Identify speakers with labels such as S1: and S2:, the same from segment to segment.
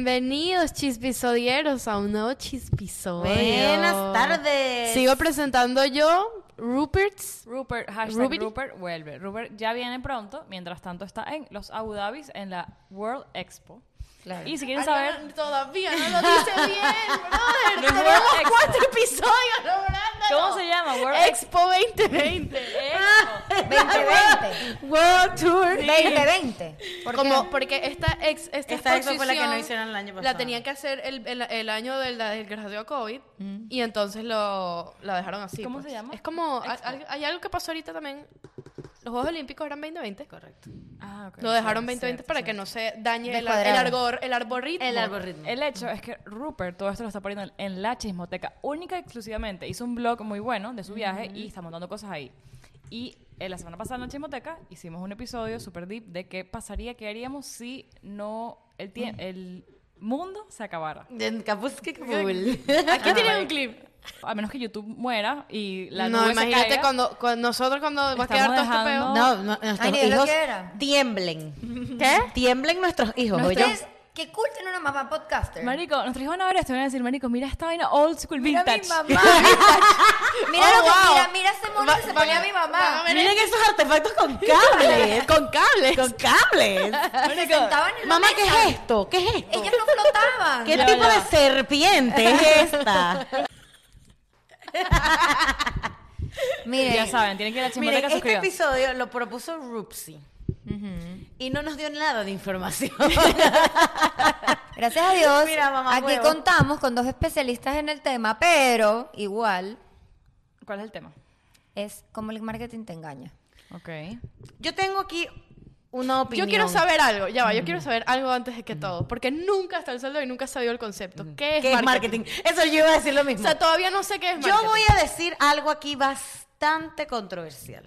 S1: Bienvenidos chispisodieros a un nuevo chispisodio.
S2: Buenas tardes.
S1: Sigo presentando yo, Ruperts.
S3: Rupert, hashtag
S1: Rupert.
S3: Rupert. vuelve. Rupert ya viene pronto, mientras tanto está en los Abu Dhabis en la World Expo.
S2: Claro.
S3: Y si quieren saber,
S1: todavía no lo dice bien, brother.
S3: No es
S1: Tenemos
S3: World Expo.
S1: cuatro episodios nombrándolo.
S3: ¿cómo se llama? World
S1: Expo 2020.
S3: Expo.
S2: 2020.
S1: World Tour.
S2: 2020. ¿Por qué
S1: Como,
S2: no?
S1: porque esta ex, esta,
S2: Esta expo fue la que no
S1: exposición
S2: hicieron el año
S1: La
S2: pasado.
S1: tenían que hacer el, el- el año del, la desgraciado COVID y entonces lo, la dejaron así.
S3: ¿Cómo
S1: pues.
S3: se llama?
S1: Es como, a-
S3: Expo.
S1: al- hay algo que pasó ahorita también. Los Juegos Olímpicos eran 2020. Correcto.
S3: Ah, ok.
S1: Lo dejaron
S3: Cierto,
S1: 2020
S3: cierto,
S1: para que
S3: cierto.
S1: no se dañe el, el,
S2: Descuadraron.
S1: argor, el arborritmo.
S2: El algoritmo.
S3: El hecho es que Rupert todo esto lo está poniendo en- en la chismoteca única y exclusivamente. Hizo un blog muy bueno de su viaje y está montando cosas ahí. Y eh, la semana pasada en la chismoteca hicimos un episodio super deep de qué pasaría, qué haríamos si no el, tie-
S1: Mm.
S3: el mundo se acabara.
S2: En Capuzqui, cool.
S1: Aquí tienen un clip.
S3: A menos que YouTube muera y la
S1: no,
S3: nube
S1: imagínate
S3: se caiga.
S1: cuando, cuando nosotros cuando va a
S3: Estamos
S1: quedar todo este
S3: dejando-
S1: peo.
S4: No, no, nuestros
S2: Ay, ni Dios lo
S4: hijos
S2: quiera.
S4: tiemblen.
S1: ¿Qué?
S4: Tiemblen nuestros hijos, oye.
S2: Ustedes que culten una mamá podcaster.
S3: Marico, nuestros hijos van a ver esto y van a decir, marico, mira esta vaina old school
S2: mira
S3: vintage.
S2: a mi mamá. mira
S1: Oh,
S2: lo que
S1: wow.
S2: mira, mira ese mono
S1: Va-
S2: que se
S1: va-
S2: ponía mi
S1: van a
S2: mamá.
S1: ver
S4: Miren esos artefactos con cables.
S1: Con cables.
S4: con cables.
S2: Se sentaban en la
S4: Mamá, ¿qué
S2: mesa.
S4: es esto? ¿Qué es esto?
S2: Ellos no flotaban.
S4: ¿Qué
S3: Ya,
S4: tipo
S3: ya.
S4: de serpiente es esta?
S2: Miren,
S3: Ya saben, tienen que ir a la
S4: Miren,
S3: chismoteca a
S4: este
S3: suscribirse.
S4: episodio lo propuso Rupsi. Y no nos dio nada de información.
S2: gracias a Dios,
S4: Mira, mamá
S2: aquí
S4: huevo.
S2: contamos con dos especialistas en el tema, pero igual
S3: ¿Cuál es el tema?
S2: es como el marketing te engaña.
S3: Ok.
S4: Yo tengo aquí una opinión.
S1: Yo quiero saber algo, ya va, yo quiero saber algo antes de que todo, porque nunca hasta el sueldo y nunca he sabido el concepto. ¿Qué es
S4: qué es
S1: marketing?
S4: marketing. Eso yo iba a decir lo
S1: O
S4: mismo.
S1: sea, todavía no sé qué es marketing.
S4: Yo voy a decir algo aquí bastante controversial.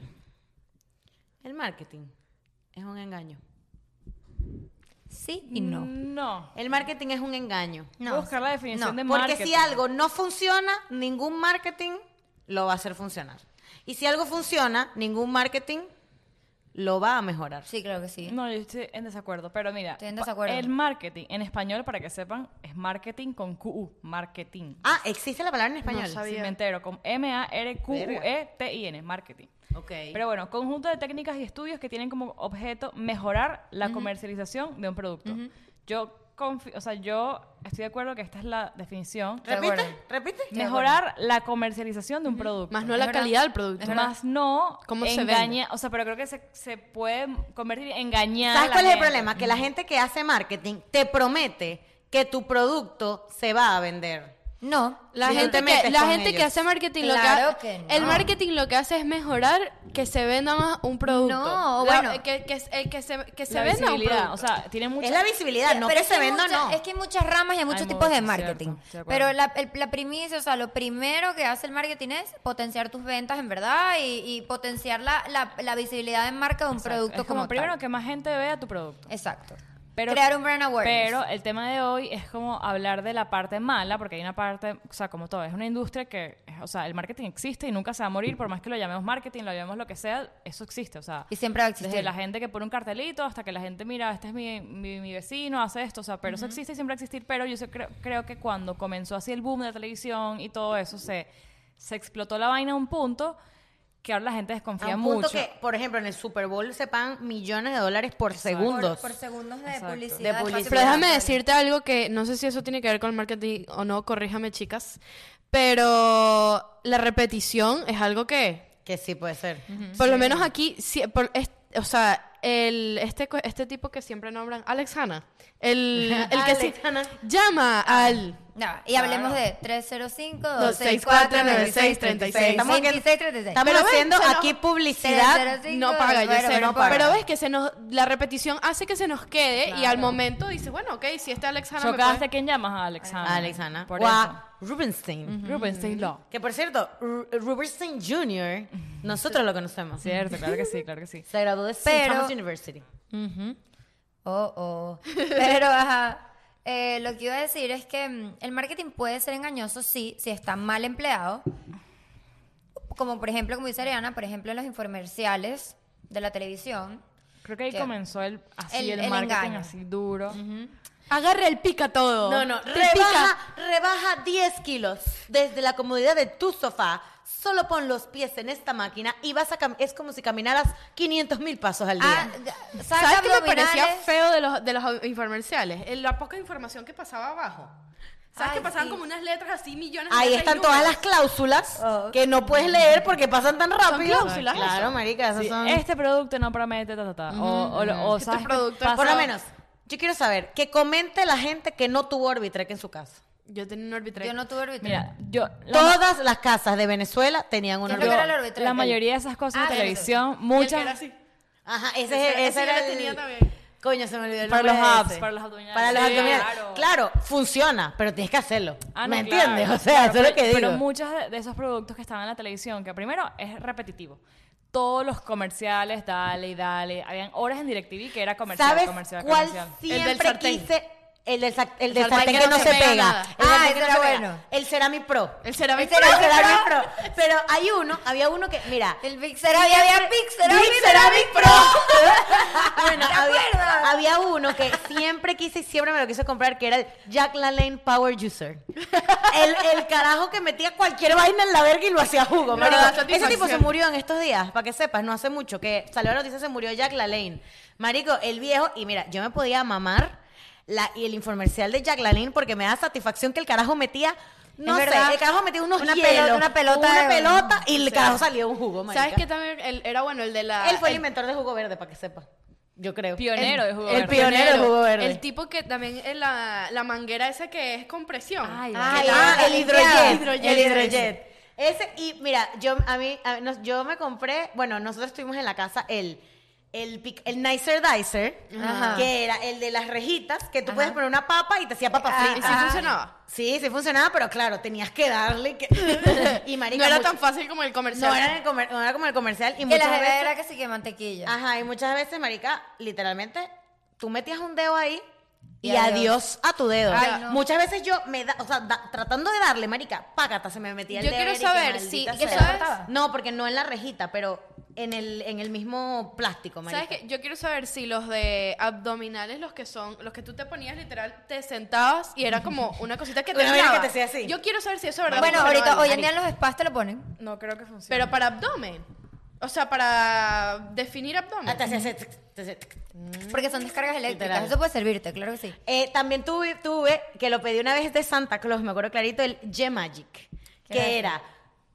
S4: El marketing es un engaño.
S2: Sí y no.
S4: Mm.
S3: No.
S4: El marketing es un engaño.
S3: Voy a buscar la definición
S4: No,
S3: de marketing.
S4: porque si algo no funciona, ningún marketing lo va a hacer funcionar. Y si algo funciona, ningún marketing lo va a mejorar.
S2: Sí, claro que sí.
S3: No, yo estoy en desacuerdo, pero mira.
S2: Estoy en desacuerdo.
S3: El marketing, en español, para que sepan, es marketing con QU, marketing.
S4: Ah, existe la palabra en español.
S1: No sabía.
S3: Sí, me entero, con E M-A-R-Q-U-E-T-I-N, marketing.
S4: Ok.
S3: Pero bueno, conjunto de técnicas y estudios que tienen como objeto mejorar la comercialización de un producto. Yo confío, o sea, yo estoy de acuerdo que esta es la definición.
S2: Re-
S4: repite,
S2: acuerdo.
S4: repite.
S2: de
S3: Mejorar la comercialización de un producto.
S1: Más no la
S2: Es verdad.
S1: calidad del producto.
S3: Más no
S1: ¿Cómo se
S3: engaña, o sea, pero creo que se, se puede convertir en engañar.
S4: ¿Sabes
S3: a la
S4: cuál es el
S3: gente.
S4: problema? Que la gente que hace marketing te promete que tu producto se va a vender.
S2: No.
S1: La
S4: Si no
S1: gente,
S4: te
S1: que,
S4: metes
S1: la
S4: con
S1: gente que
S4: ellos.
S1: hace marketing
S2: Claro
S1: lo que,
S2: que no.
S1: el marketing lo que hace es mejorar que se venda más un producto. La-
S2: No, bueno.
S1: que, que, el que se, que se
S3: La
S1: venda un
S3: visibilidad,
S1: producto.
S3: o sea, tiene mucha
S4: Es la visibilidad, no
S2: Pero
S4: que
S2: es
S4: se
S2: hay
S4: venda o
S2: mucha-
S4: no.
S2: Es que hay muchas ramas y hay muchos
S3: Hay
S2: tipos de
S3: muchas,
S2: marketing.
S3: cierto, estoy de acuerdo.
S2: pero la, el- la primicia, o sea, lo primero que hace el marketing es potenciar tus ventas en verdad y, y potenciar la, la- la visibilidad de marca de un
S3: Exacto.
S2: producto
S3: Es como,
S2: como,
S3: primero
S2: tal.
S3: que más gente vea tu producto.
S2: Exacto.
S3: Pero-
S2: Crear un brand awareness.
S3: Pero el tema de hoy es como hablar de la parte mala, porque hay una parte, o sea, como todo, es una industria que, o sea, el marketing existe y nunca se va a morir, por más que lo llamemos marketing, lo llamemos lo que sea, eso existe, o sea.
S2: y siempre va a existir.
S3: Desde la gente que pone un cartelito hasta que la gente mira, este es mi, mi- mi vecino, hace esto, o sea, pero eso existe y siempre va a existir, pero yo sí creo, creo que cuando comenzó así el boom de la televisión y todo eso, se, se explotó la vaina a un punto que ahora la gente desconfía
S4: a un
S3: mucho.
S4: punto que, por ejemplo, en el Super Bowl se pagan millones de dólares por segundos.
S2: Por, por segundos de
S3: Exacto.
S2: publicidad.
S4: De
S2: espacio
S4: publicidad.
S1: Pero déjame
S2: publicitario.
S1: decirte algo que no sé si eso tiene que ver con el marketing o no, corríjame chicas, pero la repetición es algo que
S4: Que sí puede ser.
S1: Por lo menos aquí, sí, por- es- o sea, el, este, co- este tipo que siempre nombran, Alex Hanna, el, el que sí-
S4: Alex Hanna.
S1: llama al...
S2: Ya, y hablemos de 305
S1: 264 9636.
S2: 9636
S4: Estamos, que-
S2: 2636.
S4: estamos
S1: Pero ven,
S4: haciendo
S1: se nos-
S4: aquí
S2: Cero,
S4: publicidad.
S2: cero,
S1: No paga, yo
S2: bueno,
S1: sé,
S2: pero
S1: no
S2: paga.
S1: pero ves que se nos, la repetición hace que se nos quede y al momento dices, bueno, ok, si este Alex Hanna me
S3: ¿Chocaste
S1: puede-
S3: a quién llamas? A Alexana.
S4: A Ah, Alexana.
S3: Por
S4: o
S3: eso.
S4: a Rubenstein.
S3: Rubenstein Law.
S4: Que por cierto, Ru- Rubenstein Jr., nosotros lo conocemos.
S3: Cierto, claro que sí, claro que sí.
S4: Se graduó de St.
S2: Pero-
S4: Thomas University.
S2: Oh, oh. Pero, ajá. eh, lo que iba a decir es que mm, el marketing puede ser engañoso, sí, si está mal empleado. Como por ejemplo, como dice Ariana, por ejemplo, en los infomerciales de la televisión.
S3: Creo que ahí
S2: ¿Qué?
S3: comenzó el, así,
S2: El-
S3: el,
S2: el
S3: marketing
S2: engaño.
S3: así duro.
S1: Agarra el pica todo.
S4: No, no,
S1: Te
S4: rebaja,
S1: pica.
S4: rebaja 10 kilos desde la comodidad de tu sofá. Solo pon los pies en esta máquina y vas a cam- es como si caminaras 500 mil pasos al
S2: Ah,
S4: día.
S2: g- saca
S1: ¿Sabes qué me
S2: abdominales.
S1: parecía feo de los, de los au- infomerciales? El- La poca información que pasaba abajo. ¿Sabes
S2: Ay,
S1: que pasaban
S2: sí.
S1: como unas letras así, millones de
S4: Ahí
S1: letras y
S4: están todas las
S1: números?
S4: cláusulas
S2: Oh.
S4: que no puedes leer porque pasan tan rápido.
S1: cláusulas
S4: Claro,
S1: eso.
S4: marica, esas
S3: Sí,
S4: son...
S3: Este producto no promete, ta, ta, ta. O, o, lo- o,
S1: Este
S3: sabes qué
S1: producto-
S3: pasa?
S4: Por lo menos, yo quiero saber, que comente la gente que no tuvo Orbitrex en su casa.
S1: Yo tenía un arbitraje.
S2: Yo no tuve arbitraje.
S3: Mira, yo... la-
S4: Todas las casas de Venezuela tenían un
S2: ¿Qué es lo
S3: yo-
S2: que era el
S4: Orbitrex.
S2: arbitraje?
S3: la mayoría de esas cosas
S2: Ah,
S3: de
S2: del-
S3: televisión,
S1: Y el que era
S3: muchas...
S1: así.
S4: Ajá, ese,
S1: Ese-
S4: ese
S1: ese
S4: era
S1: yo
S4: el...
S1: lo tenía también.
S4: Coño, se me olvidó el
S3: Para
S4: nombre
S3: los
S4: de
S3: abs,
S4: ese.
S3: para los abdominales.
S4: Para los
S3: Sí,
S4: abdominales. Claro.
S3: claro.
S4: funciona, pero tienes que hacerlo.
S3: Ah, no,
S4: ¿Me
S3: claro,
S4: entiendes? O sea,
S3: claro,
S4: eso es
S3: pero-
S4: lo que digo.
S3: Pero muchos de, de esos productos que estaban en la televisión, que primero es repetitivo. Todos los comerciales, dale y dale. Habían horas en DirecTV que era comercial,
S4: ¿Sabes
S3: comercial,
S4: cuál
S3: comercial.
S4: siempre
S1: El del sartén.
S4: quise? El del, sac- el
S1: El
S4: del
S1: sartén
S4: sartén que no se pega.
S1: nada.
S4: El sartén
S2: Ah,
S4: que
S2: ese
S4: no
S2: era
S4: se pega.
S2: bueno.
S4: El Cerami Pro.
S1: El Ceramic
S4: El
S1: Pro.
S4: Cerami Cerami Pro. Pero hay uno, había uno que, mira.
S2: El Big Ceramic, había Big Ceramic,
S4: Big Ceramic Pro. bueno,
S2: ¿Te acuerdas?
S4: había, había uno que siempre quise y siempre me lo quise comprar, que era el Jack LaLanne Power Juicer. El, el carajo que metía cualquier vaina en la verga y lo hacía jugo.
S1: No,
S4: marico.
S1: da
S4: Ese tipo se
S1: satisfacción.
S4: murió en estos días, para que sepas, no hace mucho, que salió la noticia, se murió Jack LaLanne. Marico, el viejo, y mira, yo me podía mamar la, y el infomercial de Jack LaLanne porque me da satisfacción que el carajo metía... No
S2: Es
S4: sé,
S2: verdad.
S4: el carajo metía unos
S2: Una
S4: hielos,
S2: pelota- una pelota
S4: una
S2: de-
S4: pelota y el carajo salía un jugo, marica.
S1: ¿Sabes qué también el- era bueno? El de la...
S4: Él fue
S1: Ah,
S4: el
S1: el-
S4: inventor de jugo verde, para que sepa. Yo creo.
S3: Pionero
S4: El-
S3: de jugo
S4: el
S3: verde.
S4: pionero del jugo verde.
S1: El tipo que también es la, la manguera esa que es con presión.
S3: Ay,
S1: Que
S2: ay,
S1: la-
S4: ah,
S2: la
S4: el
S2: limpiada.
S4: hidrojet.
S1: Hidrojet,
S4: El hidrojet. Ese, y mira, yo a mí, a- nos- yo me compré, bueno, nosotros tuvimos en la casa el, el, pic- el Nicer Dicer,
S2: Ajá.
S4: que era el de las rejitas, que tú puedes poner una papa y te hacía papa
S2: Ah,
S1: ¿Y
S4: frita.
S1: si
S2: ah.
S1: funcionaba?
S4: Sí, sí funcionaba, pero claro, tenías que darle. que- y marica,
S1: no era
S4: mucho-
S1: tan fácil como el comercial.
S4: no era, el comer- no era como el comercial. Y
S2: Que
S4: muchas
S2: la
S4: veces-
S2: era que sí que mantequilla.
S4: Ajá, y muchas veces, marica, literalmente, tú metías un dedo ahí y,
S2: Y
S4: adiós.
S2: adiós.
S4: a tu dedo.
S2: Ay, no.
S4: Muchas veces yo me da, o sea, da- tratando de darle, marica, págata, se me metía el
S1: Yo
S4: dedo.
S1: quiero
S4: y que
S1: saber
S4: maldita
S1: si-
S4: sea.
S1: ¿y
S2: ¿Qué
S1: ¿sabes?
S2: cortaba?
S4: No, porque no en la rejita, pero en el, en el mismo plástico, marica.
S1: ¿Sabes qué? Yo quiero saber si los de abdominales, los que son, los que tú te ponías literal, te sentabas y era como una cosita que te
S4: Una vaina que
S1: daba.
S4: te hacía así.
S1: Yo quiero saber si eso es verdad.
S2: Bueno,
S1: funciona,
S2: ahorita,
S1: vale.
S2: hoy en día en los spas te lo ponen.
S3: No creo que funcione.
S1: Pero para abdomen. O sea, para definir abdomen.
S4: Ah, te hacía ese tic, te hacía tic.
S2: Porque son descargas eléctricas.
S4: Literal.
S2: Eso puede servirte, claro que sí.
S4: Eh, también tuve, tuve, que lo pedí una vez de Santa Claus, me acuerdo clarito, el G-Magic,
S2: ¿Qué
S4: que
S2: era
S4: era,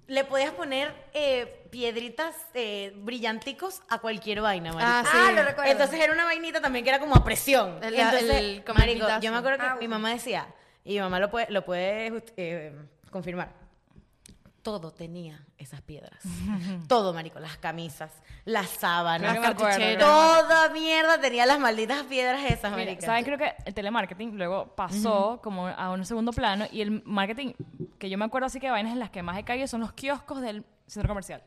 S4: le podías poner eh, piedritas eh, brillanticos a cualquier vaina, marica.
S1: Ah, sí.
S2: Ah, lo recuerdo.
S4: Entonces era una vainita también que era como a presión.
S1: El-
S4: Entonces,
S1: el- como el
S4: marico,
S1: pitazo.
S4: yo me acuerdo que
S2: Ah,
S4: mi
S2: bueno.
S4: mamá decía, y mi mamá lo puede, lo puede just- eh, confirmar. Todo tenía esas piedras. Todo, marico. Las camisas, las sábanas,
S1: Las
S3: Creo que me acuerdo,
S1: cartucheras.
S3: creo que me acuerdo.
S4: Toda mierda tenía las malditas piedras esas,
S3: Mira,
S4: marica.
S3: ¿Saben? Creo que el telemarketing luego pasó como a un segundo plano y el marketing, que yo me acuerdo así que vainas en las que más he caído son los kioscos del centro comercial.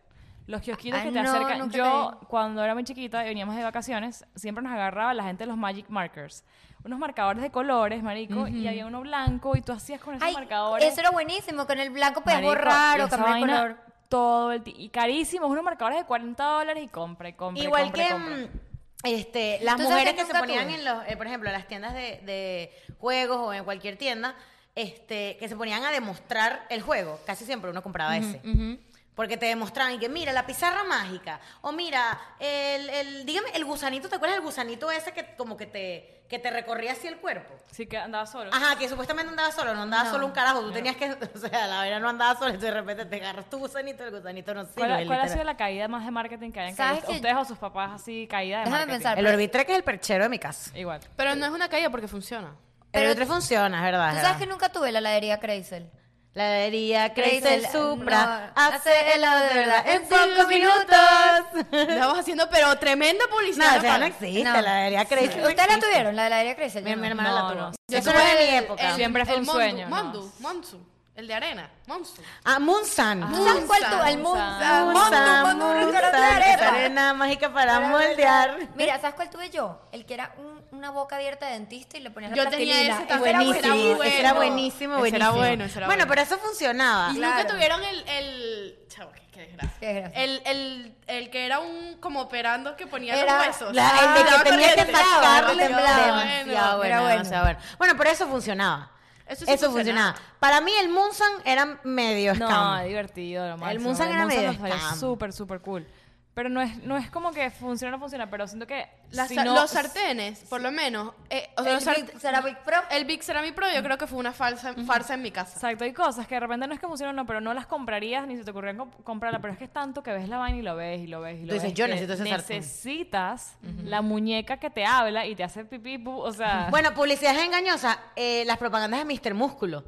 S3: Los kiosquitos
S2: Ah,
S3: que te
S2: no,
S3: acercan.
S2: nunca
S3: Yo,
S2: caí.
S3: cuando era muy chiquita y veníamos de vacaciones, siempre nos agarraba la gente de los Magic Markers. Unos marcadores de colores, marico, y había uno blanco y tú hacías con esos
S2: Ay,
S3: marcadores.
S2: eso era buenísimo. Con el blanco puedes
S3: Marico,
S2: borrar
S3: y
S2: o
S3: esa
S2: cambiar el
S3: vaina
S2: color.
S3: Todo el ti- Y carísimos, unos marcadores de 40 dólares y compra, y compra. y
S4: Igual
S3: compra, y
S4: que
S3: compra.
S4: mm, este, las
S2: ¿Tú sabes
S4: mujeres
S2: que
S4: que se
S2: nunca
S4: ponían
S2: tuve?
S4: en los, eh, por ejemplo, en las tiendas de, de juegos o en cualquier tienda, este, que se ponían a demostrar el juego. Casi siempre uno compraba ese. Porque te demostraban y que mira la pizarra mágica o mira el, el dígame el gusanito te acuerdas el gusanito ese que como que te que te recorría así el cuerpo
S3: Sí, que andaba solo.
S4: ajá que supuestamente andaba solo no andaba solo un carajo tú tenías que o sea la verdad no andaba solo entonces de repente te agarras tu gusanito el gusanito no sirve
S3: ¿Cuál, cuál ha
S4: literal.
S3: sido la caída más de marketing que hayan
S2: ¿Sabes
S3: caído?
S2: que-
S3: Ustedes o sus papás así, caída de
S2: Déjame
S3: marketing.
S2: pensar.
S4: el orbitre que es el perchero de mi casa
S3: Igual.
S1: Pero no es una caída porque funciona.
S4: El
S2: Pero-
S4: otro funciona, es verdad.
S2: ¿Tú sabes que nunca tuve la heladería Crazel?
S4: La heladería crece el
S2: Crazel,
S4: Supra,
S2: no,
S4: hace helado de verdad en pocos minutos.
S1: Estamos haciendo, pero tremenda
S4: No,
S1: publicidad.
S4: o sea, no
S1: pana.
S4: existe,
S2: No.
S4: la heladería crece.
S2: ¿Ustedes la tuvieron, la heladería Crazel?
S4: Mi,
S2: Yo no.
S4: hermana
S3: No,
S4: la tuvo.
S3: no.
S1: Yo
S4: Eso no
S1: tuve
S4: es de mi
S1: el-
S4: época.
S1: el-
S3: Siempre fue
S1: el
S3: un
S1: Mondu,
S3: sueño, ¿no?
S1: Mondu, Mondu. El de arena, Monster.
S4: Ah, Munsan.
S2: ¿Sabes cuál tú? El Munza. Munza, Munza, un restaurante de
S4: Munsan, esa
S2: arepa.
S4: arena mágica para moldear.
S2: Mira, ¿sabes cuál tuve yo? El que era un- una boca abierta de dentista y le ponías
S1: Yo
S2: la
S1: tenía
S2: plastilina.
S1: ese
S2: Eso
S1: también.
S2: era
S1: Buenísimo,
S2: buenísimo.
S1: ese
S4: era buenísimo,
S1: Ese
S4: buenísimo.
S1: era bueno, ese era
S4: bueno,
S1: bueno.
S4: pero eso funcionaba.
S1: Y
S2: Claro.
S1: nunca tuvieron el. el... Chavo, qué, qué desgracia.
S2: Qué desgracia.
S1: El, el, el que era un como operando que ponía
S2: Era
S1: los huesos. Ah,
S4: La- el de
S1: Estaba
S4: que tenías que
S1: corriente.
S4: sacarle
S1: Demasiado
S2: temblaba.
S1: bueno.
S4: Demasiado bueno,
S2: era bueno.
S4: demasiado bueno. Bueno, pero eso funcionaba.
S1: Eso
S4: Eso,
S1: sí funcionaba.
S4: funcionaba. Para mí el Munsan era medio
S3: No,
S4: scam.
S3: divertido, lo máximo.
S4: Munsan era medio
S3: nos pareció
S4: scam.
S3: súper, súper cool. Pero no es, no es como que funciona o no funciona, pero siento que
S1: Las
S3: si
S1: sa-
S3: no-
S1: los sartenes, por lo menos. eh, o sea, los
S2: El
S1: sart-
S2: Big- será Big Pro.
S1: el Big Ceramic Pro yo creo que fue una falsa, farsa en mi casa.
S3: Exacto, hay cosas que de repente no es que funcionan o no, pero no las comprarías ni se te ocurrirían comp- comprarla, pero es que es tanto que ves la vaina y lo ves y lo ves y lo
S4: Tú dices,
S3: ves,
S4: "Yo
S3: que
S4: necesito ese sartén".
S3: Necesitas la muñeca que te habla y te hace pipí, bu- o sea...
S4: Bueno, publicidad engañosa, eh, las propagandas de Mr. Músculo.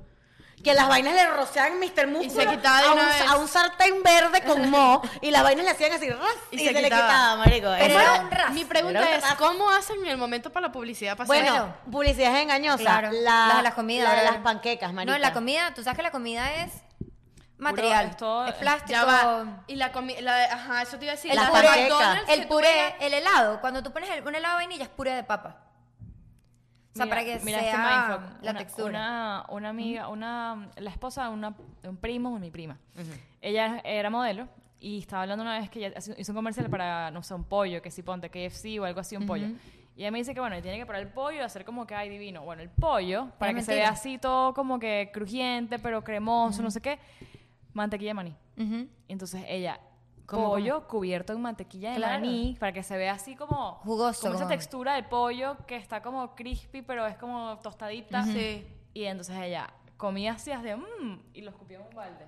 S4: Que las vainas le rociaban Mr. Músculo
S1: quitaba de
S4: a, un,
S1: una vez.
S4: a un sartén verde con mo y las vainas le hacían así ras, y, se, le quitaba, marico.
S2: Pero
S4: Eso-
S2: era un ras.
S1: Mi
S4: Era
S1: pregunta
S4: un
S1: es,
S4: ras.
S1: ¿cómo hacen el momento para la publicidad pasar?
S4: Bueno,
S2: Bueno.
S4: publicidad engañosa.
S2: Claro.
S4: La,
S2: las de las comidas.
S4: La de las panquecas, marico.
S2: No, la comida, tú sabes que la comida es material.
S3: es todo-
S2: es plástico.
S1: ya va. Y la comida, ajá, eso te iba a decir.
S2: El
S1: las de
S2: puré,
S1: McDonald's que
S2: el
S1: tú
S2: puré,
S1: veías-
S2: el helado. Cuando tú pones el- un helado de vainilla es puré de papa. O sea,
S3: Mira-
S2: para que
S3: mira este
S2: sea
S3: mindfuck.
S2: la
S3: Una-
S2: textura.
S3: Una, una amiga, una, la esposa de, una- de un primo, de mi prima. Ella era modelo y estaba hablando una vez que ella hace- hizo un comercial para, no sé, un pollo, que si ponte KFC o algo así, un pollo. Y ella me dice que, bueno, tiene que parar el pollo y hacer como que, ay, divino. Bueno, el pollo, para que se
S2: mentira.
S3: vea así todo como que crujiente, pero cremoso, no sé qué, mantequilla de maní.
S2: Ujú.
S3: Entonces ella,
S2: ¿Cómo,
S3: pollo cubierto en mantequilla de
S2: Claro.
S3: maní, para que se vea así como...
S2: Jugoso,
S3: Como esa
S2: como-
S3: textura del pollo que está como crispy, pero es como tostadita.
S1: Sí.
S3: Y entonces ella comía así, así de mmm, y lo escupía en un balde.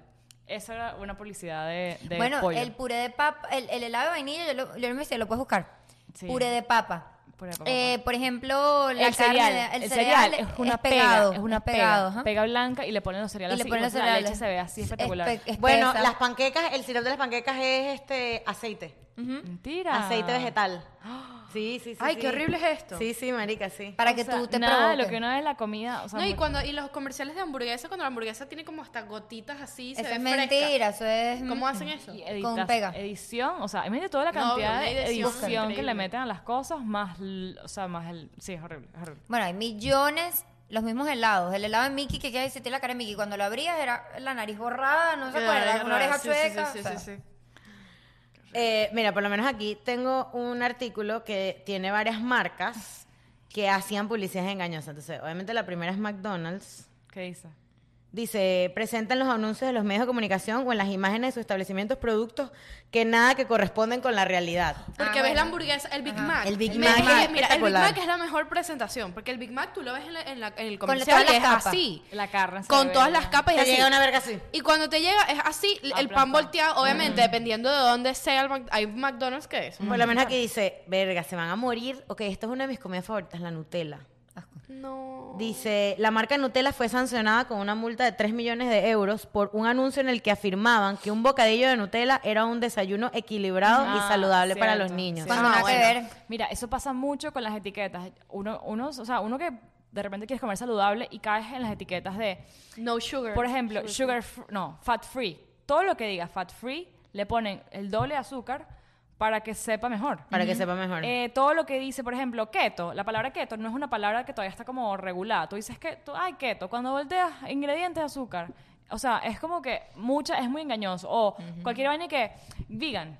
S3: Esa era una publicidad de, de
S2: bueno,
S3: pollo.
S2: el puré de papa, el, el helado de vainilla, yo lo, yo lo investigué, lo puedes buscar.
S3: Sí.
S2: Puré de papa.
S3: Puré de papa.
S2: Eh, por ejemplo, la carne,
S3: El cereal,
S2: de-
S3: el, cereal, es una pega,
S2: pegado,
S3: es una pega,
S2: pegado, ajá.
S3: pega blanca y le ponen los cereales
S2: Y le
S3: así,
S2: ponen los
S3: entonces
S2: cereales.
S3: la leche se ve así espectacular.
S2: Espe- espesa.
S4: Bueno, las panquecas, el sirope de las panquecas es este aceite.
S3: Mentira.
S4: Aceite vegetal. Sí, sí, sí.
S1: Ay,
S4: sí.
S1: qué horrible es esto.
S4: Sí, sí, marica, sí.
S2: para
S3: O
S2: que
S3: sea,
S2: tú te
S3: nada de lo
S2: provoques.
S3: que una es la comida, o sea,
S1: No, y
S3: muy-
S1: cuando y los comerciales de hamburguesa, cuando la hamburguesa tiene como hasta gotitas así, se
S2: Eso
S1: ve
S2: es
S1: fresca.
S2: mentira, eso es... mm,
S1: ¿Cómo hacen eso?
S3: Y
S2: Con
S3: editas-
S2: pega.
S3: Edición, o sea, imagínate toda la
S1: No,
S3: cantidad
S1: una
S3: de
S1: edición
S3: edición, que
S1: increíble.
S3: le meten a las cosas, más, l- o sea, más el... Sí, es horrible, es horrible.
S2: Bueno, hay millones, los mismos helados. El helado de Mickey, que queda se tiene la cara de Mickey. Cuando lo abrías era la nariz borrada, no se acuerda, una oreja
S1: Sí, sí, sí,
S2: chueca.
S1: sí,
S2: o sea.
S1: sí, sí.
S4: Eh, mira, por lo menos aquí tengo un artículo que tiene varias marcas que hacían publicidades engañosas. Entonces, obviamente la primera es McDonald's.
S3: ¿Qué dice?
S4: Dice, presentan los anuncios de los medios de comunicación o en las imágenes de sus establecimientos productos que nada que corresponden con la realidad.
S1: Porque
S2: Ah,
S1: ves la
S2: bueno.
S1: hamburguesa, el Big Mac.
S4: El Big
S1: Me- es-
S4: Mac es
S1: mira, el Big
S4: espectacular.
S1: Mac es la mejor presentación, porque el Big Mac tú lo ves en, la- en la- en el
S2: Con todas
S1: comercial y
S2: las
S1: es
S2: capas.
S1: así.
S3: La carne se
S1: Con
S3: ve,
S1: todas las
S3: ¿no?
S1: capas y
S4: Te
S1: así.
S4: Pues llega una verga así.
S1: Y cuando te llega es así, l- el pan
S3: Aplastado.
S1: volteado, obviamente, dependiendo de dónde sea el Mac- hay McDonald's que es.
S4: Por lo menos aquí dice, verga, se van a morir. Ok, esto es una de mis comidas favoritas, la Nutella.
S1: No.
S4: Dice, la marca Nutella fue sancionada con una multa de 3 millones de euros por un anuncio en el que afirmaban que un bocadillo de Nutella era un desayuno equilibrado y
S3: Ah,
S4: saludable para
S3: cierto,
S4: los niños.
S2: Cuando
S1: Ah,
S2: pues nada
S1: bueno.
S2: que ver.
S3: Mira, eso pasa mucho con las etiquetas. Uno, uno, o sea, uno que de repente quieres comer saludable y caes en las etiquetas de,
S1: No sugar.
S3: por ejemplo, sugar, fr- no, fat free. Todo lo que diga fat free le ponen el doble de azúcar para que sepa mejor.
S4: Para que sepa mejor.
S3: Eh, todo lo que dice, por ejemplo, keto, la palabra keto no es una palabra que todavía está como regulada. Tú dices que, tú, ay, keto, cuando volteas ingredientes de azúcar. O sea, es como que mucha, es muy engañoso. O cualquier vaina que, vegan.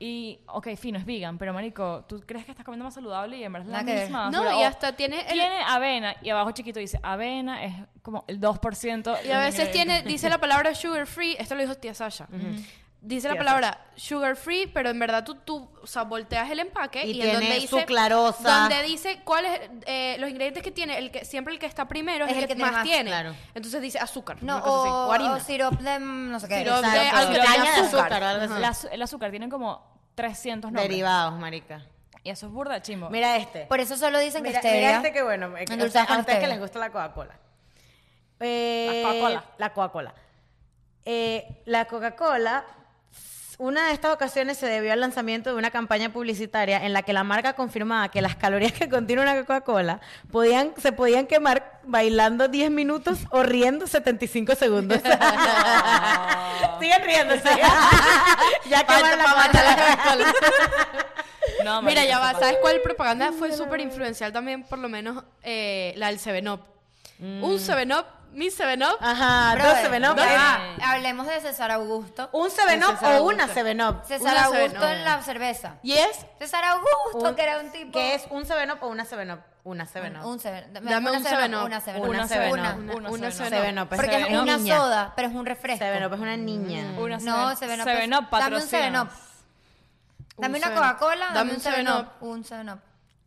S3: Y, ok, fino, es vegan, pero marico, tú crees que estás comiendo más saludable y en verdad es
S2: Nada
S3: la
S2: que ver.
S3: misma.
S1: No, y
S3: basura? O
S1: hasta tiene el-
S3: Tiene avena, y abajo chiquito dice avena, es como el 2%.
S1: Y a veces tiene, dice la palabra sugar free, esto lo dijo tía Sasha. Dice la
S4: Tía
S1: palabra sugar free, pero en verdad tú, tú o sea, volteas el empaque
S4: Y
S1: y,
S4: tiene
S1: en donde dice
S4: suclarosa.
S1: donde dice cuáles eh, los ingredientes que tiene, el que siempre el que está primero es, el, que, más tiene.
S4: claro.
S1: Entonces dice azúcar,
S2: No,
S1: una cosa así,
S2: o,
S1: o harina.
S2: o sirope de mm, no sé qué.
S1: Sirope
S4: Exacto.
S1: algo que tenga
S4: Caña de
S1: azúcar.
S4: azúcar, algo así.
S3: La azu- el azúcar tiene como 300 nombres.
S4: Derivados, marica.
S3: Y eso es burda de chimbo.
S4: Mira este.
S2: Por eso solo dicen que
S4: mira,
S2: stevia.
S4: mira este que bueno. eh, o sea,
S2: Endulzada
S4: a
S2: con
S4: ustedes que
S2: stevia.
S4: les gusta la Coca-Cola. Eh,
S3: La Coca-Cola.
S4: La Eh, Coca-Cola. Eh, la Coca-Cola Una de estas ocasiones se debió al lanzamiento de una campaña publicitaria en la que la marca confirmaba que las calorías que contiene una Coca-Cola podían, se podían quemar bailando 10 minutos o riendo 75 segundos.
S3: Ah,
S4: Siguen riéndose. ya
S1: Para
S4: quemaron la
S1: matar
S4: Coca-Cola.
S1: la Coca-Cola. Mira,
S3: No, marica,
S1: ya va,
S3: eso
S1: ¿sabes cuál propaganda fue súper influencial también? Por lo menos eh, la del 7up. Un 7up, mi 7up.
S4: Ajá,
S2: Brother,
S4: dos Seven Up.
S2: ya
S4: eh.
S2: va, Hablemos de César Augusto.
S4: Un Seven Up o una Seven Up.
S2: César
S1: una Seven
S2: Augusto
S1: Up.
S2: en la cerveza.
S1: Y es,
S2: César Augusto,
S4: Un-
S2: que era un tipo.
S4: ¿Qué es un Seven Up o una Seven Up? Una Seven Up.
S2: Un Seven Up.
S1: dame
S2: Una
S1: un
S2: Seven
S1: 7
S2: Up,
S1: up.
S2: Una Seven Up.
S4: Una Seven Up.
S2: Una.
S1: Una-
S3: Una
S1: una
S3: Seven
S1: Seven
S3: Up.
S1: Up.
S2: Porque es
S4: Seven Up.
S2: una
S4: Niña.
S2: soda, Mm. pero es un refresco.
S4: Seven Up es una niña.
S3: Una
S2: No, Seven
S3: Seven
S2: Up.
S3: Seven
S2: es-
S3: Up,
S2: Dame un Seven Up.
S3: patrocínanos.
S1: Un
S2: Dame una
S1: Seven Up.
S2: Coca-Cola, dame un Seven Up.
S1: 7up.
S2: Un Seven Up.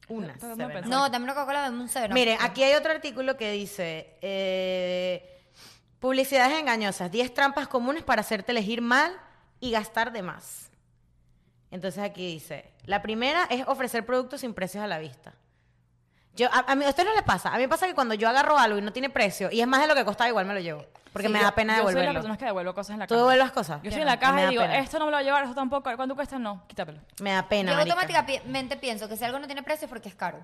S4: Una
S3: Estaba
S4: Seven Up.
S3: pensando.
S2: No, dame una Coca-Cola, dame un Seven Up.
S4: Miren, aquí hay otro artículo que dice eh, publicidades engañosas, 10 trampas comunes para hacerte elegir mal y gastar de más. Entonces aquí dice, la primera es ofrecer productos sin precios a la vista. Yo, a, a mí, a usted no le pasa. A mí me pasa que cuando yo agarro algo y no tiene precio y es más de lo que costaba, igual me lo llevo. Porque
S3: Sí,
S4: me
S3: yo-
S4: da pena
S3: yo soy de las
S4: devolverlo.
S3: personas que devuelvo cosas en la
S4: ¿Tú
S3: caja.
S4: devuelves cosas?
S3: Yo
S4: Yo
S3: estoy en
S4: no.
S3: la caja
S4: Me
S3: y
S4: da
S3: digo,
S4: pena.
S3: esto no me lo voy a llevar, esto tampoco. ¿Cuánto cuesta? No, quítatelo.
S4: Me da pena.
S2: Yo
S4: marica.
S2: automáticamente pienso que si algo no tiene precio es porque es caro.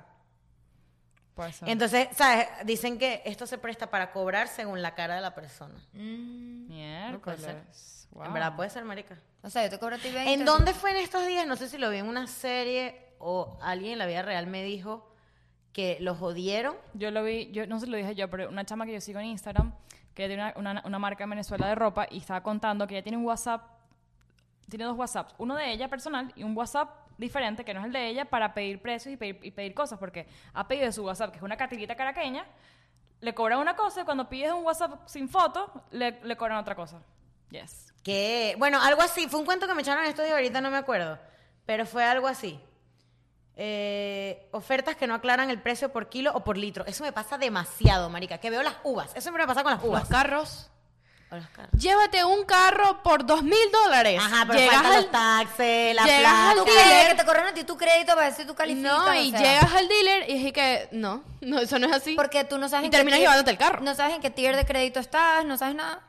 S3: Por eso.
S4: Entonces, ¿sabes? Dicen que esto se presta para cobrar según la cara de la persona.
S3: Miércoles. Wow.
S4: En verdad puede ser, marica.
S2: Mm. O sea, yo te cobro a ti 20.
S4: ¿En dónde fue en estos días? No sé si lo vi en una serie o alguien en la vida real me dijo que lo jodieron.
S3: Yo lo vi, yo no se lo dije yo, pero una chama que yo sigo en Instagram, que ella tiene una, una- una marca en Venezuela de ropa y estaba contando que ella tiene un WhatsApp, tiene dos WhatsApps, uno de ella personal y un WhatsApp diferente que no es el de ella para pedir precios y pedir, y pedir cosas, porque ha pedido de su WhatsApp, que es una catirita caraqueña, le cobran una cosa y cuando pides un WhatsApp sin foto, le, le cobran otra cosa. Yes.
S4: Que, bueno, algo así. Fue un cuento que me echaron estos días, ahorita no me acuerdo. Pero fue algo así. Eh, ofertas que no aclaran el precio por kilo o por litro. Eso me pasa demasiado, marica. Que veo las uvas. Eso siempre me pasa con las
S1: los
S4: uvas.
S1: carros.
S4: O los carros.
S1: Llévate un carro por dos mil dólares.
S4: Ajá, pero
S1: Llegas
S4: faltan
S1: al-
S4: los taxes, la
S1: llegas
S4: plata.
S1: al
S2: ¿Tú
S1: dealer-
S2: crees que te corran a ti tu crédito para decir tú calificas?
S1: No,
S2: O
S1: y
S2: sea,
S1: llegas al dealer y dije que no, no, eso no es así.
S2: Porque tú no sabes.
S1: Y
S2: en qué
S1: terminas
S2: tier-
S1: llevándote el carro.
S2: No sabes en qué tier de crédito estás, no sabes nada.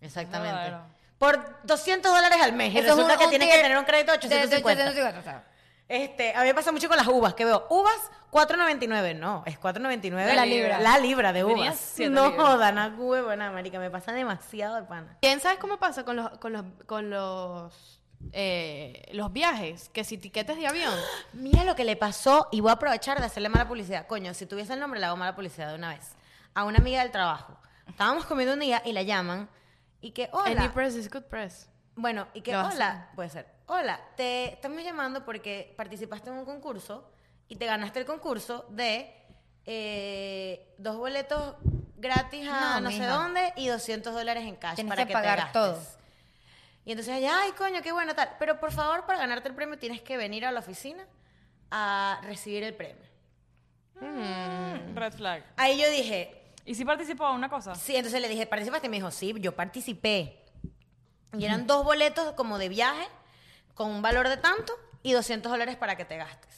S4: Exactamente.
S3: Claro.
S4: Por 200 dólares al mes. Y
S2: Eso es
S4: resulta
S2: un-
S4: que
S2: un
S4: tienes
S2: tier
S4: que tener un crédito de
S2: de- de
S4: 850.
S2: 850, o sea.
S4: Este, a mí me pasa mucho con las uvas, que veo uvas 4.99, no, es 4.99
S3: La libra.
S4: La libra de
S3: Venía
S4: uvas.
S3: siete
S4: No
S3: libras.
S4: jodan a huevo, nada, marica, me pasa demasiado de pana.
S1: ¿Quién sabes cómo pasa con los, con los, con los, eh, los viajes? Que si tiquetes de avión.
S4: Mira lo que le pasó y voy a aprovechar de hacerle mala publicidad. Coño, si tuviese el nombre le hago mala publicidad de una vez. A una amiga del trabajo. Estábamos comiendo un día y la llaman y que,
S1: Any
S4: "Hola,
S1: press is good press.
S4: Bueno, y que,
S1: Lo
S4: hola, puede ser. Hola, te estamos llamando porque participaste en un concurso y te ganaste el concurso de eh, dos boletos gratis a
S2: No,
S4: no, sé
S2: mija.
S4: dónde y 200 dólares en cash
S2: Tienes
S4: para
S2: que
S4: que, te
S2: pagar
S4: gastes.
S2: todo.
S4: Y entonces ella, ay, coño, qué bueno tal. Pero por favor, para ganarte el premio tienes que venir a la oficina a recibir el premio.
S3: Red flag.
S4: Ahí yo dije,
S3: ¿Y si participó en una cosa?
S4: Sí, entonces le dije, ¿participaste? Y me dijo, sí, yo participé. Y eran dos boletos como de viaje, con un valor de tanto, y 200 dólares para que te gastes.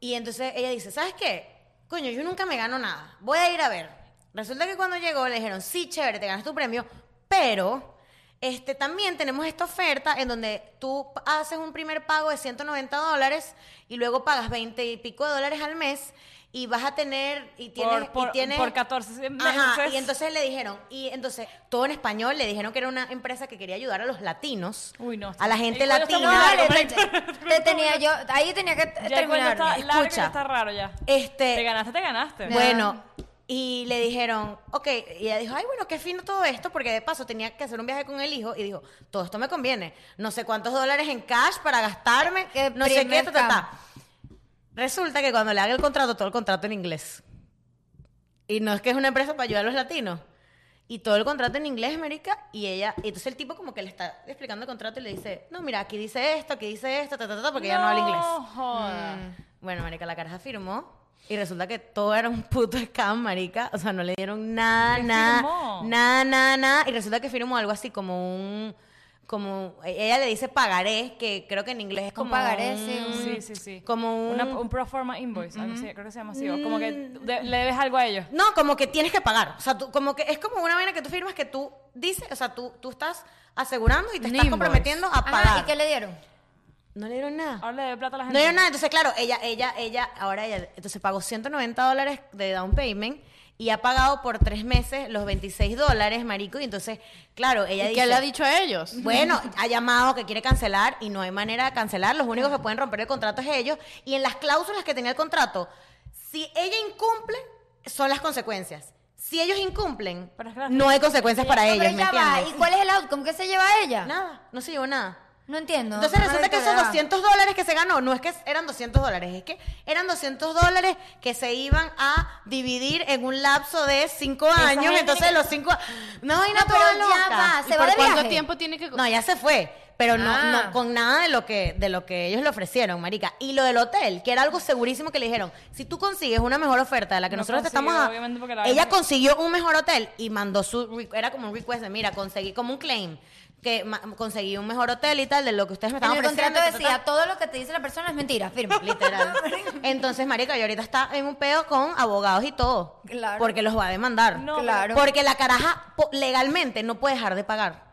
S4: Y entonces ella dice, ¿sabes qué? Coño, yo nunca me gano nada. Voy a ir a ver. Resulta que cuando llegó le dijeron, sí, chévere, te ganas tu premio, pero este, también tenemos esta oferta en donde tú p- haces un primer pago de 190 dólares y luego pagas 20 y pico de dólares al mes y vas a tener... Y tienes,
S3: Por- por-
S4: y tienes-
S3: por 14 meses.
S4: Ajá, y entonces le dijeron, y entonces todo en español le dijeron que era una empresa que quería ayudar a los latinos,
S3: Uy, no.
S4: a la gente
S3: El cuello está
S4: latina.
S2: No, vale,
S3: Claro,
S2: te, te- te tenía yo. Ahí tenía que
S3: Ya el cuento
S2: terminar.
S3: está largo y
S4: Escucha.
S3: está raro ya.
S4: Este,
S3: Te ganaste, te ganaste.
S2: Nah.
S4: Bueno, y le dijeron, ok, y ella dijo, ay, bueno, qué fino todo esto, porque de paso tenía que hacer un viaje con el hijo, y dijo, todo esto me conviene, no sé cuántos dólares en cash para gastarme,
S2: Qué
S4: no sé qué,
S2: primer
S4: ta, ta, ta".
S2: cambio.
S4: Resulta que cuando le haga el contrato, todo el contrato en inglés. Y no es que es una empresa para ayudar a los latinos. Y todo el contrato en inglés, América, y ella, y entonces el tipo como que le está explicando el contrato y le dice, no, mira, aquí dice esto, aquí dice esto, ta, ta, ta, ta", porque ella no habla inglés. Mm.
S3: No joda.
S4: Bueno, marica, la caraja firmó y resulta que todo era un puto scam, marica. O sea, no le dieron nada,
S3: ¿Qué
S4: nada,
S3: firmó?
S4: nada, nada, nada. Y resulta que firmó algo así como un, como ella le dice pagaré, que creo que en inglés es
S2: Con
S4: como
S2: pagaré, sí,
S4: un-
S2: un-
S3: Sí, sí, sí.
S4: como un- Mm.
S3: Una- un pro forma invoice, algo así, creo que se llama así. o como que de- le debes algo a ellos.
S4: No, como que tienes que pagar. O sea, tú- como que es como una vaina que tú firmas que tú dices, o sea, tú, tú estás asegurando y
S1: Un
S4: te estás
S1: invoice.
S4: comprometiendo a pagar.
S2: Ajá, ¿y qué le dieron?
S4: No le dieron nada.
S3: Ahora le debe plata a la gente.
S4: No dieron nada. Entonces, claro, ella, ella, ella, ahora ella, entonces pagó 190 dólares de down payment y ha pagado por tres meses los 26 dólares, marico. Y entonces, claro, ella
S1: ¿Y
S4: dice...
S1: qué le ha dicho a ellos?
S4: Bueno, ha llamado que quiere cancelar y no hay manera de cancelar. Los únicos que pueden romper el contrato es ellos. Y en las cláusulas que tenía el contrato, si ella incumple, son las consecuencias. Si ellos incumplen,
S3: Pero es gratis.
S4: no hay consecuencias para
S2: No,
S4: ellos,
S2: pero
S4: ¿me
S2: ya va, ¿Y
S4: entiendes?
S2: cuál es el outcome que se lleva ella?
S4: Nada, no se llevó nada.
S2: No entiendo.
S4: Entonces
S2: No,
S4: resulta que
S2: Victoria, ya
S4: esos
S2: va.
S4: 200 dólares que se ganó, no es que eran 200 dólares, es que eran 200 dólares que se iban a dividir en un lapso de 5 años.
S2: gente
S4: Entonces
S2: que-
S4: los 5 No, vaina
S2: No, pero
S4: toda
S2: ya
S4: loca.
S2: va,
S4: Y
S2: se
S1: ¿Y
S2: va
S1: por
S2: de
S1: cuánto
S2: viaje?
S1: tiempo tiene que.?
S4: no, ya se fue, pero no,
S2: Ah.
S4: no con nada de lo que de lo que ellos le ofrecieron, marica. Y lo del hotel, que era algo segurísimo que le dijeron, si tú consigues una mejor oferta de la que
S3: No
S4: nosotros te
S3: consiguió,
S4: estamos a-
S3: obviamente, porque la
S4: Ella
S3: vaina-
S4: consiguió un mejor hotel y mandó su re- era como un request de, mira, conseguí como un claim que ma- conseguí un mejor hotel y tal de lo que ustedes me
S2: En
S4: estaban
S2: el
S4: ofreciendo.
S2: contrato
S4: ta, ta, ta.
S2: decía, todo lo que te dice la persona es mentira, firma.
S4: Literal. Entonces, marica, yo ahorita está en un peo con abogados y todo.
S2: Claro.
S4: Porque los va a demandar.
S3: No,
S2: Claro.
S4: Porque la caraja po- legalmente no puede dejar de pagar.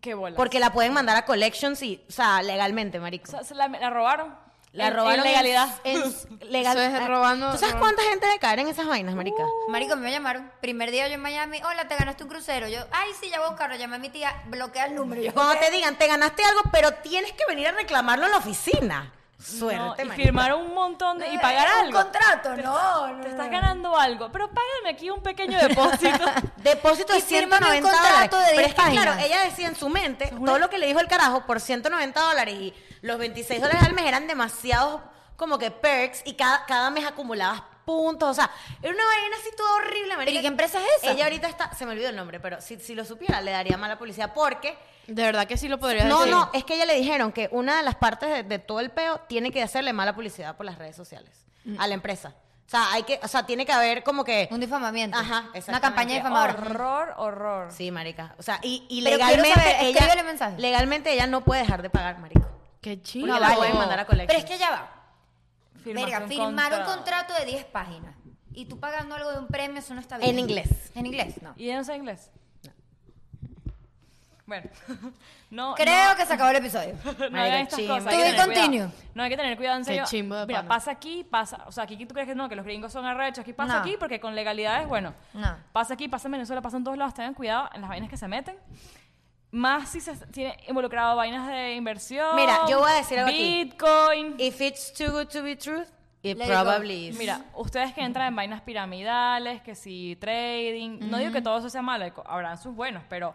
S3: Qué bola.
S4: Porque la pueden mandar a collections y, o sea, legalmente, marico.
S3: O sea, se la, la robaron.
S4: la
S3: En-
S4: robaron
S3: En legalidad.
S4: en- en- legal-
S1: Eso es robando-
S4: ¿Tú sabes
S1: robando.
S4: cuánta gente le caer en esas vainas, marica?
S2: Marico, me llamaron. Primer día yo en Miami. Hola, te ganaste un crucero. Yo, ay, sí, ya voy a buscarlo. Llamé a mi tía, bloquea el número. Yo,
S4: Cuando te digan, te ganaste algo, pero tienes que venir a reclamarlo en la oficina.
S3: No,
S4: Suerte,
S3: y
S4: marica.
S3: firmaron un montón de, y pagar
S2: "Eh,
S3: algo.
S2: Un contrato, no, no.
S3: Te estás ganando algo, pero págame aquí un pequeño depósito.
S4: Depósito
S2: Y
S4: de
S2: fírmame un
S4: 190 dólares.
S2: contrato de 10
S4: Pero es que, claro,
S2: páginas.
S4: ella decía en su mente,
S3: una-
S4: todo lo que le dijo el carajo por 190 dólares y los 26 dólares al mes eran demasiados como que perks y cada, cada mes acumulabas puntos. O sea, era una vaina así toda horrible, marica.
S2: ¿y qué empresa es esa?
S4: Ella ahorita está, se me olvidó el nombre, pero si, si lo supiera le daría mala publicidad porque...
S1: De verdad que sí lo podría
S4: No,
S1: decir.
S4: no, es que ella le dijeron que una de las partes de, de todo el peo tiene que hacerle mala publicidad por las redes sociales a la empresa. O sea, hay que, o sea, tiene que haber como que...
S2: Un difamamiento.
S4: Ajá,
S2: Una
S4: exactamente.
S2: campaña difamadora.
S3: horror, horror.
S4: Sí, marica. O sea, y, y
S2: Pero quiero
S4: legalmente
S2: saber, escríbele
S4: ella
S2: mensaje.
S4: legalmente ella no puede dejar de pagar, marico.
S1: Qué chido.
S4: Porque la pueden mandar a
S2: Pero
S4: colección.
S2: es que ya va.
S3: Firmaste
S2: Verga,
S3: un
S2: firmar un
S3: contrato.
S2: contrato de 10 páginas. Y tú pagando algo de un premio, eso no está bien.
S4: En inglés.
S2: En inglés, no.
S3: ¿Y ella no sabe inglés? Bueno, no.
S2: Creo
S3: no-
S2: que se acabó el episodio.
S3: No hagan
S4: Marica,
S3: estas
S4: chimbo.
S3: cosas. hay que
S2: Tuve
S3: tener
S2: continuo.
S3: cuidado. No hay que tener cuidado en
S1: Qué
S3: serio.
S1: chimbo de
S3: Mira,
S1: pana.
S3: pasa aquí, pasa. O sea, aquí tú crees que no, que los gringos son arrechos. Aquí pasa
S2: No.
S3: aquí porque con legalidades, bueno.
S2: No.
S3: Pasa aquí, pasa en Venezuela, pasa en todos lados. Tengan cuidado en las vainas que se meten. Más si se tiene involucrado vainas de inversión.
S4: Mira, yo voy a decir algo aquí.
S3: Bitcoin.
S4: If it's too good to be true, it
S2: Let it
S4: probably is.
S3: Mira, ustedes que entran en vainas piramidales, que si trading, no digo que todo eso sea malo, co- habrán sus buenos, pero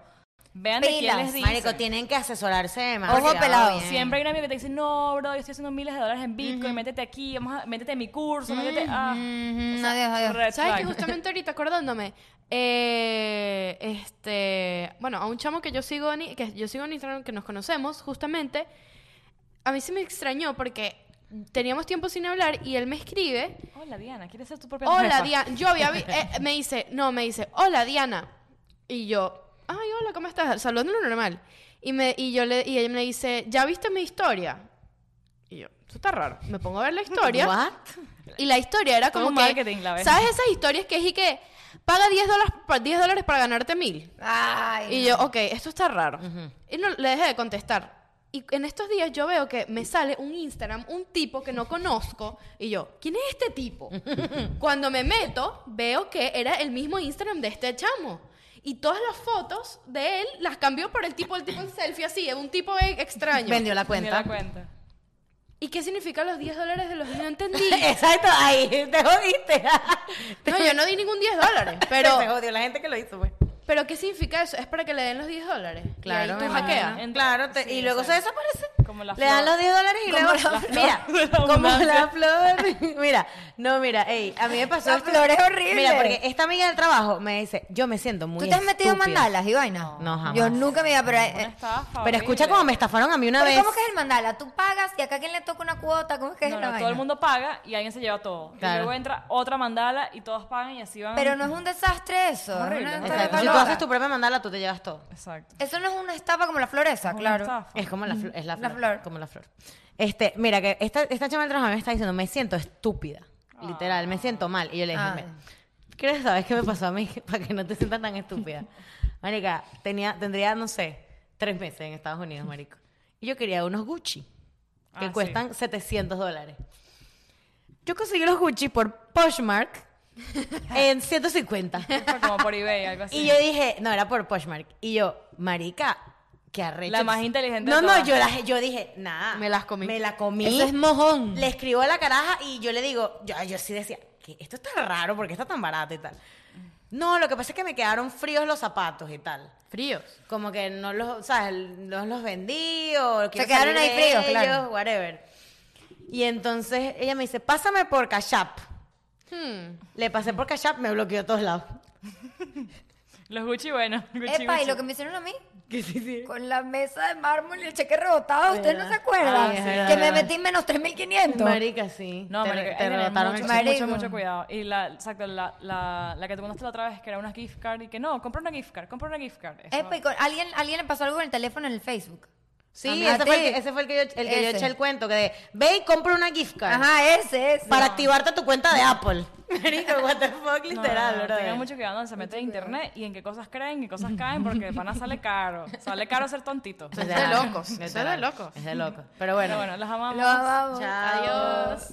S3: vean de quién
S2: Pilas,
S3: les dice.
S4: marico, tienen que asesorarse de más.
S2: Ojo
S4: Cuidado,
S2: pelado.
S4: bien.
S3: Siempre hay un amigo que te dice, no, bro, yo estoy haciendo miles de dólares en Bitcoin, métete aquí, vamos a, métete en mi curso, métete... Ah,
S2: Mm, adiós, adiós.
S3: red
S1: ¿Sabes que
S3: flag.
S1: justamente ahorita acordándome? eh, este, bueno, a un chamo que yo sigo en, i- que yo sigo en Instagram que nos conocemos, justamente, a mí se me extrañó porque teníamos tiempo sin hablar y él me escribe,
S3: Hola, Diana, ¿quieres ser tu propia
S1: hola
S3: jefa?
S1: Diana, yo había, vi- eh, me dice, no, me dice, hola Diana, y yo, ay, hola, ¿cómo estás? Saludándolo normal, y me, y yo le, y ella me dice, ¿ya viste mi historia? Y yo, eso está raro, me pongo a ver la historia.
S4: What?
S1: Y la historia era
S3: Todo
S1: como que,
S3: marketing, la verdad.
S1: ¿sabes esas historias que es y que paga 10 dólares, pa- 10 dólares para ganarte mil?
S2: Ay.
S1: Y yo, ok, esto está raro. Y no, le dejé de contestar. Y en estos días yo veo que me sale un Instagram, un tipo que no conozco, y yo, ¿quién es este tipo? Cuando me meto, veo que era el mismo Instagram de este chamo. Y todas las fotos de él las cambió por el tipo, el tipo en selfie así, un tipo eh, extraño.
S4: Vendió la
S3: Me da
S4: cuenta.
S3: cuenta.
S1: ¿Y qué significa los 10 dólares de los no entendí?
S4: Exacto, ahí te jodiste.
S1: No, yo no di ningún 10 dólares,
S4: Se
S1: pero
S4: jodió la gente que lo hizo, pues.
S1: ¿Pero qué significa eso? Es para que le den los 10 dólares. Claro.
S4: Claro,
S1: Y
S4: me
S1: ahí tú
S4: imagino.
S1: hackeas.
S3: Entra-
S4: Claro, te-
S3: sí,
S4: y luego se
S3: exacto.
S4: desaparece.
S3: Como la
S4: Le dan
S3: flor.
S4: los 10 dólares y
S2: Como
S4: luego.
S2: la flor.
S4: mira,
S3: La
S4: como la
S3: abundancia.
S4: flor. Mira, no, mira, ey, a mí me pasó.
S2: La
S4: esto-
S2: flor es horrible.
S4: Mira, porque esta amiga del trabajo me dice, yo me siento muy.
S2: ¿Tú te has metido en
S4: estúpida".
S2: mandalas y vaina?
S4: No, jamás.
S2: Yo nunca me iba a... Pero, eh,
S3: Una estafa
S4: Pero escucha
S3: horrible.
S4: cómo me estafaron a mí una
S2: ¿pero
S4: vez.
S2: ¿cómo que es el mandala? Tú pagas y acá quien le toca una cuota, ¿cómo es que es
S3: No,
S2: la
S3: no,
S2: vaina?
S3: todo el mundo paga y alguien se lleva todo. Y
S4: Claro.
S3: luego entra otra mandala y todos pagan y así van...
S2: Pero no es un desastre eso.
S3: Horrible,
S2: es una-
S3: horrible.
S4: Exacto.
S2: está
S4: Yo tú haces tu propia mandala, tú te llevas todo.
S3: Exacto.
S2: Eso no es una estafa como la
S4: Ah,
S2: floresta,
S3: Una
S2: claro.
S3: estafa.
S4: Es como la, fl- es la,
S2: La
S4: flor,
S2: flor.
S4: Como la flor. Este, mira, que esta, esta chama del trabajo me está diciendo, me siento estúpida. Literal, me siento mal. Y yo le dije,
S2: Ah.
S4: "Me- ¿quieres saber qué me pasó a mí para que no te sientas tan estúpida? Marica, tenía, tendría, no sé, tres meses en Estados Unidos, marico. Y yo quería unos Gucci, que
S3: Ah, sí.
S4: cuestan 700 dólares. Yo conseguí los Gucci por Poshmark en 150.
S3: Fue Como por eBay, algo así.
S4: Y yo dije, no, era por Poshmark. Y yo, marica, qué arrecho.
S3: La más inteligente
S4: No,
S3: de
S4: no,
S3: todas.
S4: yo, la- yo dije, nada.
S1: Me las comí.
S4: Me la comí.
S2: Eso es mojón.
S4: le escribo a la caraja y yo le digo, yo, yo sí decía, que esto está raro porque está tan barato y tal. No, lo que pasa es que me quedaron fríos los zapatos y tal.
S1: Fríos.
S4: Como que no los, ¿sabes? No los vendí o quiero
S2: quedaron
S4: salir
S2: ahí
S4: de
S2: fríos, claro.
S4: ellos, Whatever. Y entonces ella me dice, pásame por Cash App.
S1: Hmm.
S4: Le pasé por Cash App, me bloqueó a todos lados.
S3: Los Gucci, bueno. Gucci,
S2: Epa, y
S3: Gucci.
S2: lo que me hicieron a mí,
S4: Que sí, sí.
S2: con la mesa de mármol y el cheque rebotado, ¿ustedes no se
S4: Verdad.
S2: acuerdan?
S4: Ay, es verdad,
S2: que me
S4: verdad.
S2: metí en menos 3.500.
S4: Marica, sí.
S3: No,
S4: Te-
S3: marica, hay
S4: te
S3: que tener
S4: rebotaron el
S3: mucho,
S4: chip.
S2: chip.
S3: mucho,
S2: Marico.
S3: mucho cuidado. Y la, exacto, la, la, la que te contaste la otra vez, que era una gift card, y que no, compra una gift card, compra una gift card. Eso-
S2: Epa, y con- ¿alguien, alguien le pasó algo en el teléfono en el Facebook.
S4: Sí,
S2: A
S4: ese
S2: ti.
S4: fue, el que, ese fue el que yo, el que yo
S2: Ese.
S4: eché el cuento, que de, ve y compra una gift card
S2: Ajá, ese, ese.
S4: para activarte tu cuenta de Apple. Marico, what the fuck,
S3: No,
S4: literal,
S3: no, no,
S4: brother.
S3: tengan mucho cuidado donde se mete en internet y en qué cosas creen y cosas caen, porque de pana sale caro. Sale caro ser tontito.
S1: Eso es de locos, eso es de locos.
S4: Es de locos. Pero bueno.
S3: Pero bueno, los amamos.
S2: Lo amamos.
S4: Chao.
S1: Adiós.